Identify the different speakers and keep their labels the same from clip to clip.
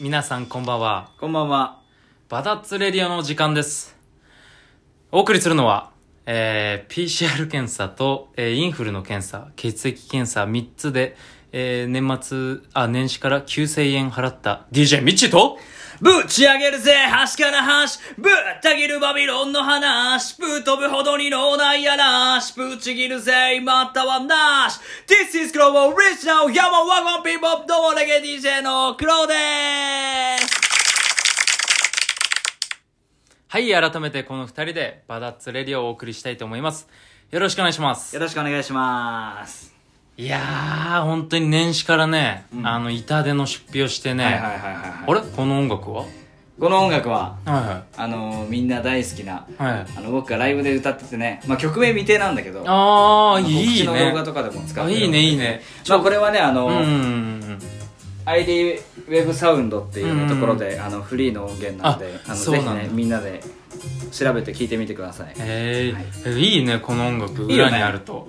Speaker 1: 皆さんこんばんは。
Speaker 2: こんばんは。
Speaker 1: バタッツレディオの時間です。お送りするのは、えー、PCR 検査と、えーインフルの検査、血液検査3つで、えー、年末、あ、年始から9000円払った DJ ミッチーと、
Speaker 2: ぶち上げるぜ、端から端。ぶった切るバビロンの話。ぶっ飛ぶほどに脳内やなし。ぶち切るぜ、またはなし。This is Global Rich Now, Yama Wagon People, どうもレゲエ DJ のクローでーす。
Speaker 1: はい、改めてこの2人でバタッツレディオをお送りしたいと思います。よろしくお願いします
Speaker 2: よ。ろしくお願いします。
Speaker 1: いやー、本当に年始からね、あの、痛手の出費をしてね、
Speaker 2: いはいは
Speaker 1: あれこの音楽は
Speaker 2: この音楽は、
Speaker 1: は
Speaker 2: あのー、みんな大好きな、
Speaker 1: いはい。はい。
Speaker 2: あの、僕がライブで歌っててね、まあ曲名未定なんだけど、
Speaker 1: あー、
Speaker 2: まあ
Speaker 1: いい
Speaker 2: 告知の動
Speaker 1: ね
Speaker 2: 画。とかでも使っ
Speaker 1: あ
Speaker 2: てる
Speaker 1: いいね、いいね。
Speaker 2: まあこれはね、あの
Speaker 1: うんう
Speaker 2: ー、
Speaker 1: んうん。
Speaker 2: ID ウェブサウンドっていうね、
Speaker 1: うん
Speaker 2: ところであのフリーの音源なんで
Speaker 1: あ
Speaker 2: あの
Speaker 1: そう
Speaker 2: ぜ
Speaker 1: なん
Speaker 2: ひ
Speaker 1: だ
Speaker 2: ねみんなで調べて聞いてみてください
Speaker 1: え
Speaker 2: はい
Speaker 1: ーいいね、この音楽。
Speaker 2: いいよ
Speaker 1: 裏
Speaker 2: ね
Speaker 1: にあると。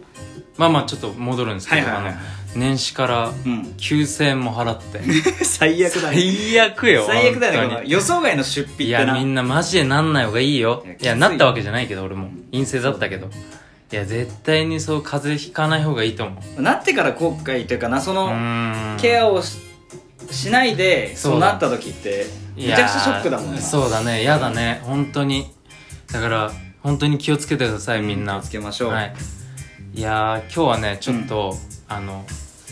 Speaker 1: まあまあ、ちょっと戻るんですけど、
Speaker 2: はいはいはい
Speaker 1: あの年始から
Speaker 2: うん
Speaker 1: 9000円も払って。
Speaker 2: 最悪だ ね
Speaker 1: 最悪よ。
Speaker 2: 最悪だね
Speaker 1: 本
Speaker 2: こ
Speaker 1: 当
Speaker 2: の
Speaker 1: に
Speaker 2: 予想外の出
Speaker 1: い
Speaker 2: 費って
Speaker 1: や、
Speaker 2: な
Speaker 1: みんなマジでなんない方がいいよ
Speaker 2: いや。きつ
Speaker 1: い
Speaker 2: い
Speaker 1: や、なったわけじゃないけど、俺も。陰性だったけど。いや、絶対にそう、風邪ひかない方がいいと思う。
Speaker 2: なってから後悔というかなそうの
Speaker 1: ーん。
Speaker 2: ケアをししないで
Speaker 1: そう
Speaker 2: そう
Speaker 1: だ
Speaker 2: なった時ってめちゃくちゃショックだもん
Speaker 1: いや
Speaker 2: ね
Speaker 1: ーそうだねやだね本当にだから本当に気をつけてくださいみんな、
Speaker 2: つけましょう、
Speaker 1: はいいやー今日はねちょっと、あの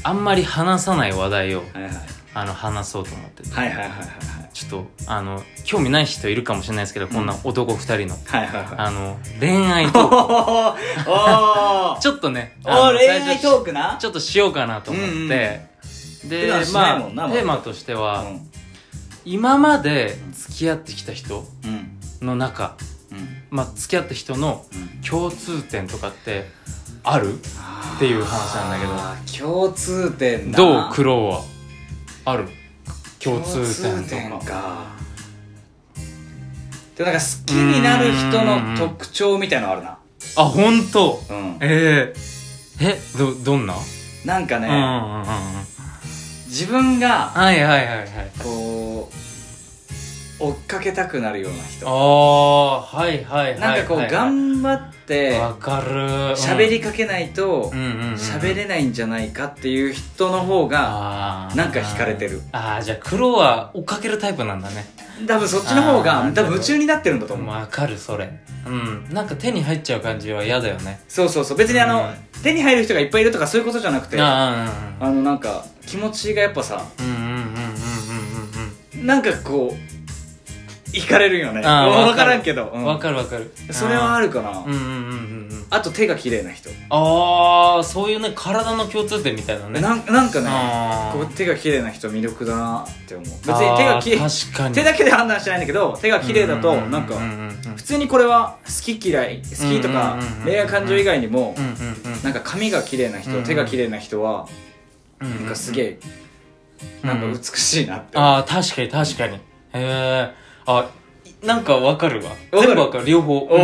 Speaker 1: あんまり話さない話題を
Speaker 2: はいはい
Speaker 1: あの話そうと思ってて
Speaker 2: はいはいはいはい
Speaker 1: ちょっとあの興味ない人いるかもしれないですけど、こんな男二人の
Speaker 2: はいはいはいはい
Speaker 1: あの恋愛トー
Speaker 2: おーお
Speaker 1: ク
Speaker 2: ー
Speaker 1: ちょっとね
Speaker 2: お
Speaker 1: あ
Speaker 2: ー
Speaker 1: の
Speaker 2: 恋
Speaker 1: 最
Speaker 2: 愛
Speaker 1: 初
Speaker 2: トークな
Speaker 1: ちょっとしようかなと思って、
Speaker 2: うんうん普
Speaker 1: で
Speaker 2: 段し
Speaker 1: ま
Speaker 2: な
Speaker 1: あ
Speaker 2: いもんなまだ
Speaker 1: テーマとしては、
Speaker 2: うん
Speaker 1: 今まで付き合ってきた人
Speaker 2: うん
Speaker 1: の中
Speaker 2: うん
Speaker 1: まあ、付き合った人の
Speaker 2: うん
Speaker 1: 共通点とかってあるっていう話なんだ
Speaker 2: あー共通点
Speaker 1: け
Speaker 2: な
Speaker 1: どどう苦労はある共通点
Speaker 2: 共
Speaker 1: とか
Speaker 2: 通点かでもなんか好きになる人の特徴みたいのあるな
Speaker 1: あ本当
Speaker 2: うん
Speaker 1: えええどどんな、
Speaker 2: なんか
Speaker 1: う
Speaker 2: ね、
Speaker 1: んうんうんうん
Speaker 2: 自分が
Speaker 1: はいはいはいはい
Speaker 2: こう追っかけたくなるような人
Speaker 1: ああはいはいはい
Speaker 2: な
Speaker 1: は
Speaker 2: ん
Speaker 1: い
Speaker 2: かこう、
Speaker 1: はい
Speaker 2: 頑張って
Speaker 1: わかる
Speaker 2: 喋
Speaker 1: り
Speaker 2: りかけないと
Speaker 1: うんうんうん
Speaker 2: 喋れないんじゃないかっていう人の方が
Speaker 1: あー
Speaker 2: なんか惹かれてる
Speaker 1: ああじゃあ黒は追っかけるタイプなんだね
Speaker 2: 多分そっちの方
Speaker 1: あ
Speaker 2: が
Speaker 1: ー
Speaker 2: 多分夢中になってるんだと思う
Speaker 1: わかるそれうんなんか手に入っちゃう感じは嫌だよね
Speaker 2: そうそうそう別にあの、
Speaker 1: う
Speaker 2: 手に入る人がいっぱいいるとかそういうことじゃなくてあ
Speaker 1: ああ
Speaker 2: のなんか気持ちがやっぱさ
Speaker 1: うんうんうんうんうんうんうん
Speaker 2: なんかこう惹かれるよね
Speaker 1: あー
Speaker 2: 分からんけど、う
Speaker 1: うん
Speaker 2: ん
Speaker 1: わかるわかる
Speaker 2: それはあ
Speaker 1: る
Speaker 2: るかな、
Speaker 1: うんうんうんうんうん
Speaker 2: あと手が綺麗な人、
Speaker 1: ああそういうね体の共通点みたいなね
Speaker 2: なんなんかね
Speaker 1: あ
Speaker 2: こう
Speaker 1: ー
Speaker 2: 手が綺麗な人魅力だなって思う別
Speaker 1: あ
Speaker 2: に手
Speaker 1: ー
Speaker 2: がき
Speaker 1: 確かに
Speaker 2: 手だけで判断してないんだけど手が綺麗だと
Speaker 1: うんうんうん
Speaker 2: なんか
Speaker 1: うんうんうん
Speaker 2: 普通にこれは好き嫌い好きとか
Speaker 1: うんうんうんうん
Speaker 2: 恋愛感情以外にも
Speaker 1: うんうん
Speaker 2: なんか髪が綺麗な人、
Speaker 1: うんうん
Speaker 2: 手が綺麗な人は
Speaker 1: うん
Speaker 2: なんかすげえ
Speaker 1: うん
Speaker 2: なんか美しいなって思う
Speaker 1: ああ確かに確かにへえあいなんかわかるわ
Speaker 2: かる
Speaker 1: 全部わかる両方
Speaker 2: おお、
Speaker 1: うん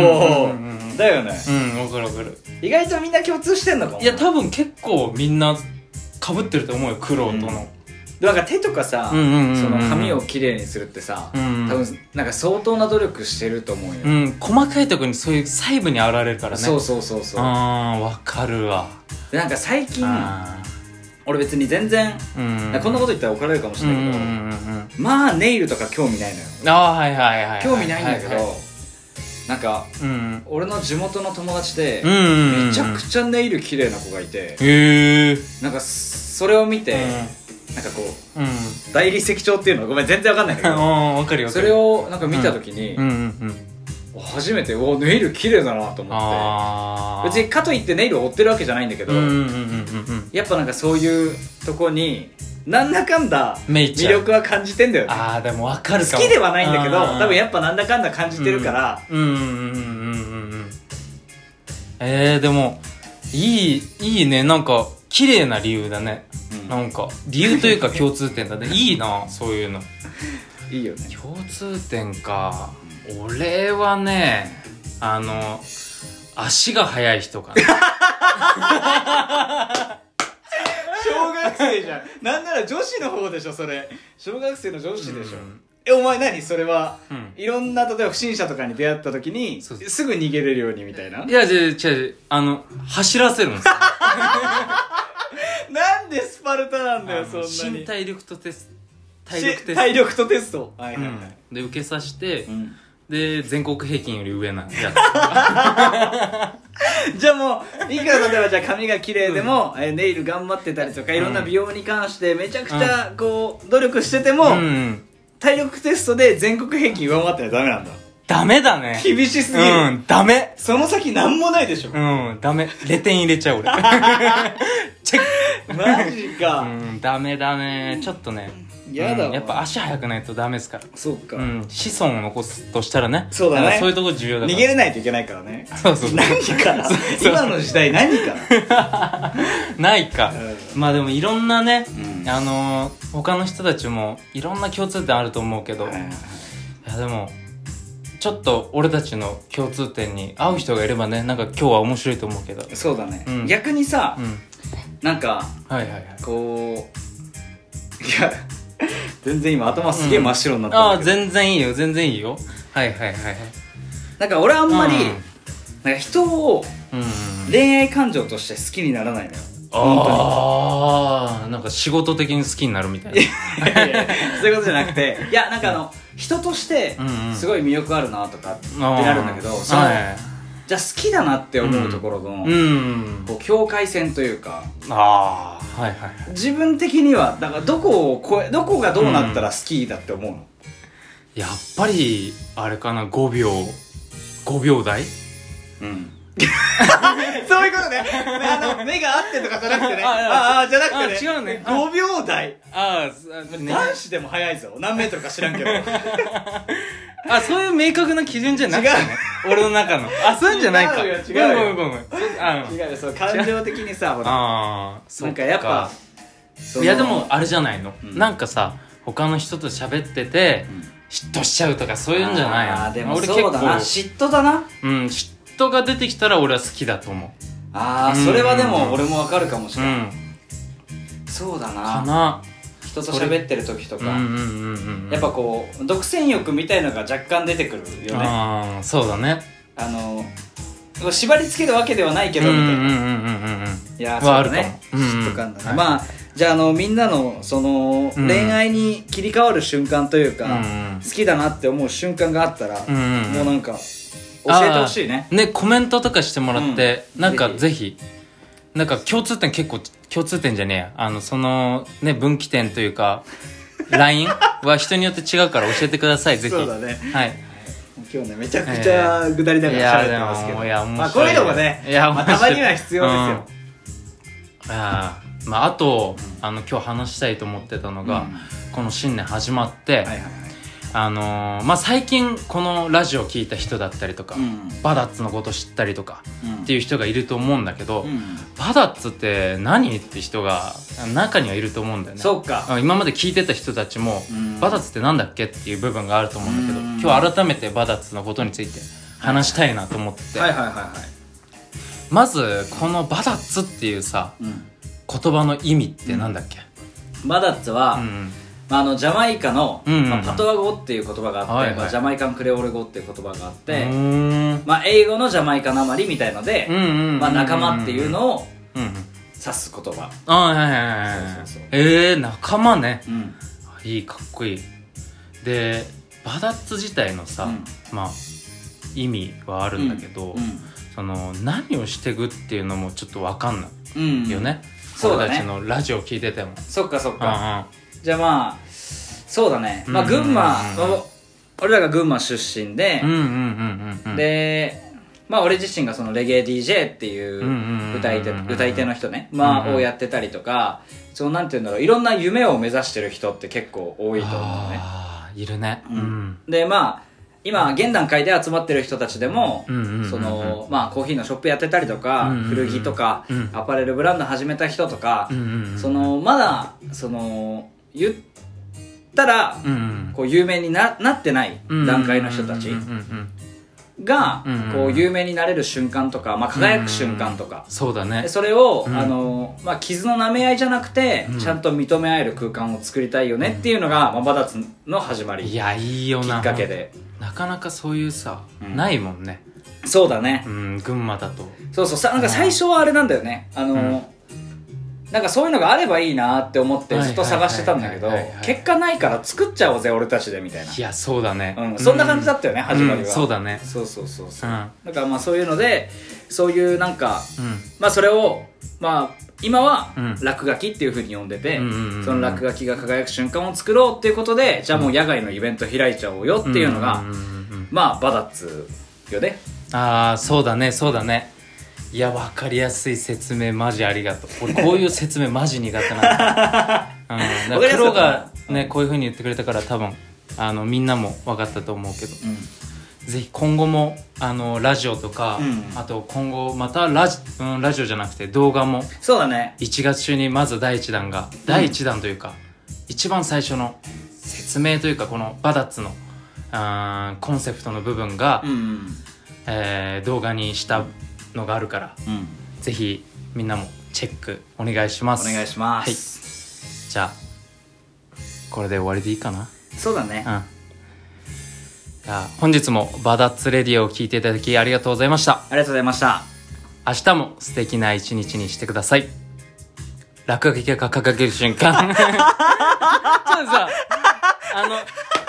Speaker 1: うんうんうん
Speaker 2: だよね
Speaker 1: うんわかるわかる
Speaker 2: 意外とみんな共通してんのかも
Speaker 1: いや多分結構みんな被ってると思うよ苦労との
Speaker 2: なんか手とかさ、
Speaker 1: うんうんうんうん
Speaker 2: その髪をきれいにするってさ、
Speaker 1: うん
Speaker 2: 多分なんか相当な努力してると思うよ、
Speaker 1: うん細かいとこにそういう細部に現れるからね
Speaker 2: そうそうそうそう
Speaker 1: あーわかるわ
Speaker 2: でなんか最近
Speaker 1: あ
Speaker 2: 俺別に全然、
Speaker 1: ーうん
Speaker 2: こんなこと言ったら怒られるかもし
Speaker 1: うんうんう
Speaker 2: れない
Speaker 1: ん
Speaker 2: けど、
Speaker 1: うん
Speaker 2: まあネイルとか興味ないのよ
Speaker 1: あーはいはいはいはい
Speaker 2: 興味ないんだけど、
Speaker 1: はいはい
Speaker 2: なんか
Speaker 1: うん
Speaker 2: 俺の地元の友達で、
Speaker 1: うんうんうん
Speaker 2: めちゃくちゃネイル綺麗な子がいて、
Speaker 1: へえ
Speaker 2: なんかそれを見て、なんかこう
Speaker 1: うんうん
Speaker 2: 大理石帳っていうのごめん全然わかんないんだけど
Speaker 1: あーわかるよ
Speaker 2: それをなんか見た時に、
Speaker 1: うんうんうん
Speaker 2: 初めてうわネイル綺麗だなと思っ
Speaker 1: ああ
Speaker 2: て別にかといってネイルを追ってるわけじゃないんだけど、
Speaker 1: うんうんうんうんうん
Speaker 2: やっぱなんかそういうとこになんだかんだ
Speaker 1: めいち
Speaker 2: 魅
Speaker 1: ゃう
Speaker 2: 力は感じてんだよね
Speaker 1: ああでもわかるか
Speaker 2: 好
Speaker 1: も
Speaker 2: きではないんだけど
Speaker 1: あー
Speaker 2: 多分やっぱなんだかんだ感じてるから、
Speaker 1: うんうんうんうんうんうんえー、でもいいいいねなんか綺麗な理由だね
Speaker 2: う
Speaker 1: なんんか理由というか共通点だ ねいいなそういうの
Speaker 2: いいよね
Speaker 1: 共通点か俺はねあの足が速い人かな
Speaker 2: 知 小学生じゃんなんなら女子の方でしょそれ小学生の女子でしょ、
Speaker 1: うん
Speaker 2: えお前何それは、
Speaker 1: うん
Speaker 2: いろんな例えば不審者とかに出会った時に
Speaker 1: そうそう
Speaker 2: すぐ逃げれるようにみたいない
Speaker 1: や、違う違う違う、あの、走らせるん ですよ。
Speaker 2: なんでスパルタなんだよ
Speaker 1: あ
Speaker 2: そん
Speaker 1: の
Speaker 2: なに
Speaker 1: 身体力とテスト、体力テ
Speaker 2: し
Speaker 1: ス
Speaker 2: 体力とテストはい
Speaker 1: ト。うんで、受けさせて、
Speaker 2: うん
Speaker 1: で、全国平均より上なんで、 やつ
Speaker 2: じゃあもういくら例えばじゃあ髪が綺麗でも、えーネイル頑張ってたりとかいろんな美容に関してめちゃくちゃこう努力してても、
Speaker 1: うん。
Speaker 2: 体力テストで全国平均上回ったらダメなんだ
Speaker 1: ダメだね。
Speaker 2: 厳しすぎる、
Speaker 1: うん、ダメ。
Speaker 2: その先なんもないでしょ
Speaker 1: うん、ダメ。レ点入れちゃう、 俺。チェッ
Speaker 2: マジか、
Speaker 1: ク。うん、ダメだね。ちょっとね。
Speaker 2: やだわ
Speaker 1: うんやっぱ足速くないとダメですから。
Speaker 2: そうか、
Speaker 1: うん、子孫を残すとしたらね。
Speaker 2: そうだね
Speaker 1: なんかそういうとこ重要だか
Speaker 2: 逃
Speaker 1: ら。
Speaker 2: げれないといけないからね
Speaker 1: そうそうそう
Speaker 2: 何から
Speaker 1: う
Speaker 2: 今の時代何から
Speaker 1: ないか、
Speaker 2: う
Speaker 1: まあでもいろんなね、
Speaker 2: うん
Speaker 1: あのー他の人たちもいろんな共通点あると思うけど、い、やでもちょっと俺たちの共通点に合う人がいればねなんか今日は面白いと思うけど
Speaker 2: そうだね、
Speaker 1: うん
Speaker 2: 逆にさ、
Speaker 1: うん
Speaker 2: なんか
Speaker 1: はいはいはい
Speaker 2: こういや全然今頭すげえ真っ白になった
Speaker 1: ああ
Speaker 2: んだけど、
Speaker 1: 全然いいよ全然いいよはいはいはいはい
Speaker 2: なんか俺あんまり、
Speaker 1: うん
Speaker 2: なんか人を
Speaker 1: うん
Speaker 2: 恋愛感情として好きになら ないのよ本
Speaker 1: ああなんか仕事的に好きになるみ たいな
Speaker 2: 当にいやいやそういうことじゃなくていやなんかあの人として
Speaker 1: うんうん
Speaker 2: すごい魅力あるなとかって
Speaker 1: あー
Speaker 2: なるんだけど、その
Speaker 1: はい
Speaker 2: じゃあ好きだなって思うところの、
Speaker 1: うん
Speaker 2: こう境界線というか
Speaker 1: ああはいはいはい
Speaker 2: 自分的にはだからどこを超えどこがどうなったら好きだって思うの、
Speaker 1: やっぱりあれかな5秒5秒台
Speaker 2: うん、 そういうことねあの目が合ってとかじゃなくてね
Speaker 1: あ
Speaker 2: あ
Speaker 1: あ
Speaker 2: あじゃなくてね
Speaker 1: あ違うねあ
Speaker 2: 5秒台
Speaker 1: ああ、ね、
Speaker 2: 男子でも早いぞ何メートルか知らん けど違う
Speaker 1: あ、そういう明確な基準じゃなくて、ね、俺の中の。 あ、そういうんじゃないか。
Speaker 2: 違うよ違うよ
Speaker 1: ごめんごめんごめん。そあうん
Speaker 2: よそう感情的にさほら
Speaker 1: あー、そ
Speaker 2: な
Speaker 1: っ
Speaker 2: んかやっぱその
Speaker 1: いやでも、あれじゃないの。
Speaker 2: うん
Speaker 1: なんかさ、他の人と喋ってて、
Speaker 2: うん
Speaker 1: 嫉妬しちゃうとかそういうんじゃないの。
Speaker 2: あーでも
Speaker 1: 俺
Speaker 2: そうだな
Speaker 1: 結
Speaker 2: 嫉妬だな
Speaker 1: 構、うん、嫉妬が出てきたら俺は好きだと思
Speaker 2: ああ
Speaker 1: うん
Speaker 2: それはでも俺もわかるかもし
Speaker 1: う。う
Speaker 2: れない、
Speaker 1: ん。
Speaker 2: そうだ
Speaker 1: か
Speaker 2: な
Speaker 1: な。
Speaker 2: 人と喋ってる時と
Speaker 1: う
Speaker 2: か、
Speaker 1: んうんうんうん。
Speaker 2: やっぱこう独占欲みたいのが若干出てくるよねあ
Speaker 1: ああ、そうだね。
Speaker 2: のこう縛り付けるわけではないけど
Speaker 1: う
Speaker 2: み
Speaker 1: ん
Speaker 2: た
Speaker 1: う
Speaker 2: い
Speaker 1: ん
Speaker 2: な、
Speaker 1: うんうんうんうん。
Speaker 2: いやー
Speaker 1: は
Speaker 2: そうだね
Speaker 1: あるかもうん
Speaker 2: 嫉妬感だね
Speaker 1: はい
Speaker 2: まあじゃああのみんなのその、
Speaker 1: うん
Speaker 2: 恋愛に切り替わる瞬間というか、
Speaker 1: うんうん
Speaker 2: 好きだなって思う瞬間があったら、
Speaker 1: うんうんうん
Speaker 2: もうなんか教えてほしいね
Speaker 1: あーねコメントとかしてもらって、
Speaker 2: うん
Speaker 1: なんかぜひなんか共通点結構共通点じゃねえやあのそのね分岐点というか LINE は人によって違うから教えてくださいぜひ
Speaker 2: そうだね
Speaker 1: はい
Speaker 2: 今日ねめちゃくちゃ下りだから喋ってますけど、
Speaker 1: いやでもいや
Speaker 2: まあ、
Speaker 1: 面
Speaker 2: こう
Speaker 1: 白
Speaker 2: いう
Speaker 1: い
Speaker 2: のもね
Speaker 1: いや
Speaker 2: まあ、
Speaker 1: 面
Speaker 2: た
Speaker 1: 白
Speaker 2: ま
Speaker 1: い
Speaker 2: には必要ですよ、
Speaker 1: あーまああとあの今日話したいと思ってたのが、この新年始まって、
Speaker 2: はいはいはい
Speaker 1: あのーまあ最近このラジオ聞いた人だったりとか、
Speaker 2: うん
Speaker 1: バダッツのこと知ったりとか
Speaker 2: うん
Speaker 1: っていう人がいると思うんだけど、
Speaker 2: うん
Speaker 1: パダッツって何って人が中にはいると思うんだよね
Speaker 2: そうか
Speaker 1: あ今まで聞いてた人たちも
Speaker 2: うん
Speaker 1: バダッツってなんだっけっていう部分があると思うんだけど
Speaker 2: うん
Speaker 1: 今日改めてバダッツのことについて話したいなと思って、
Speaker 2: はいはいはいはい
Speaker 1: まずこのバダッツっていうさ言葉の意味ってなんだっけ、
Speaker 2: バダッツは、
Speaker 1: うん
Speaker 2: まあ、あのジャマイカの、
Speaker 1: うんうんうん
Speaker 2: まあ、パトワ語っていう言葉があって、
Speaker 1: はいはい
Speaker 2: まあ、ジャマイカンクレオール語っていう言葉があっ
Speaker 1: う
Speaker 2: て、
Speaker 1: ーん
Speaker 2: まあ、英語のジャマイカなまりみたいので、
Speaker 1: うんうんうんうん
Speaker 2: まあ、仲間っていうのを
Speaker 1: うんうん
Speaker 2: 指す言葉、
Speaker 1: あはいはいはいはい
Speaker 2: そうそうそう
Speaker 1: えー、仲間ね
Speaker 2: うん
Speaker 1: いいかっこいいでバダッツ自体のさ、
Speaker 2: うん
Speaker 1: まあ意味はあるんだけど、その何をしてくっていうのもちょっと分かんな
Speaker 2: うん
Speaker 1: いよね、
Speaker 2: そうだね
Speaker 1: 俺たちのラジオ聞いてても、
Speaker 2: そっかそっ
Speaker 1: うん
Speaker 2: か、じゃあまあそうだね、まあ、群馬、
Speaker 1: うんうんうん
Speaker 2: まあ俺らが群馬出身で
Speaker 1: うん、うんうんうんうん
Speaker 2: でまあ俺自身がそのレゲエ DJ ってい
Speaker 1: うんうんうんうん
Speaker 2: う歌い手歌い手の人ね、ま
Speaker 1: うん
Speaker 2: あ、
Speaker 1: うん
Speaker 2: をやってたりとかそのなんていうんだろういろんな夢を目指してる人って結構多いと思うのね
Speaker 1: あーいるね、うん
Speaker 2: でまあ今現段階で集まってる人たちでも、
Speaker 1: うんうんうんうん
Speaker 2: そのまあコーヒーのショップやってたりとか、
Speaker 1: うんうんうん
Speaker 2: 古着とか、
Speaker 1: うん
Speaker 2: アパレルブランド始めた人とか、
Speaker 1: うんうんうん
Speaker 2: そのまだその言ったら、
Speaker 1: うんうん
Speaker 2: こう有名にななってない段階の人たち
Speaker 1: うんうんうんうん
Speaker 2: が
Speaker 1: うんうん
Speaker 2: こう有名になれる瞬間とか、まあ、輝く瞬間とか、
Speaker 1: そうだね
Speaker 2: でそれを、
Speaker 1: ん
Speaker 2: あのまあ、傷の舐め合いじゃなくて、ちゃんと認め合える空間を作りたいよねっていうのが、まあ、マダツの始ま
Speaker 1: い
Speaker 2: り
Speaker 1: やいいよ
Speaker 2: き
Speaker 1: な
Speaker 2: っかけで
Speaker 1: なかなかそういうさ、
Speaker 2: うん
Speaker 1: ないもんね
Speaker 2: そうだね
Speaker 1: うん群馬だと
Speaker 2: そうそうさなんか最初はあれなんだよねあの、なんかそういうのがあればいいなって思ってずっと探してたんだけど
Speaker 1: はいはいはいはいはい
Speaker 2: 結果ないから作っちゃおうぜ俺たちでみたい
Speaker 1: いやそうだね、
Speaker 2: な、うん、そんな感じだったよね、
Speaker 1: うん
Speaker 2: 始まりは、
Speaker 1: うんそうだね
Speaker 2: そうそうそう
Speaker 1: う
Speaker 2: そう、
Speaker 1: ん
Speaker 2: だからまあそういうのでそういうなんか
Speaker 1: うん
Speaker 2: まあそれをまあ今は
Speaker 1: うん
Speaker 2: 落書きっていうふうに呼んでて、
Speaker 1: うんうんうんうん
Speaker 2: その落書きが輝く瞬間を作ろうっていうことでじゃあもう野外のイベント開いちゃおうよっていうのが、
Speaker 1: んんうん
Speaker 2: まあバダッツよね
Speaker 1: ああそうだねそうだねいや分かりやすい説明マジありがとう俺こういう説明マジ苦手なん だ, 、うん、だ
Speaker 2: わ
Speaker 1: か
Speaker 2: からりやすか
Speaker 1: 黒
Speaker 2: ったな
Speaker 1: がねこういうふうに言ってくれたから多分あのみんなも分かったと思うけどぜひ今後もあのラジオとか、
Speaker 2: うん
Speaker 1: あと今後またラジ,、うん、ラジオじゃなくて動画も
Speaker 2: そうだね
Speaker 1: 1月中にまず第1弾が第1弾というか、一番最初の説明というかこのバダッツのあーコンセプトの部分が、
Speaker 2: うんうん
Speaker 1: えー動画にしたのがあるから
Speaker 2: うん
Speaker 1: ぜひみんなもチェックお願いしま
Speaker 2: お
Speaker 1: す
Speaker 2: 願いします、
Speaker 1: すじゃあこれで終わりでいいかな
Speaker 2: そうだね、
Speaker 1: うんじゃあ本日もバダッツレディオを聞いていただきありがとうございました
Speaker 2: ありがとうございました
Speaker 1: 明日も素敵な一日にしてください。落書きが掲げる瞬間。ちょっとさ、あの、ちょっ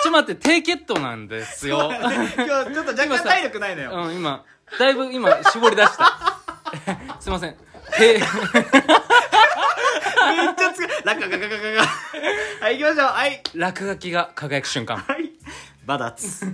Speaker 1: と待って、低血糖なんです よ。
Speaker 2: 今日ちょっと若干体力ないのよ
Speaker 1: うん、今、だいぶ今、絞り出した。 すいません。低、
Speaker 2: め っちゃつくラッカカカカカカはい行きましょうはい
Speaker 1: 落書きが輝く瞬間。
Speaker 2: はいバダッツ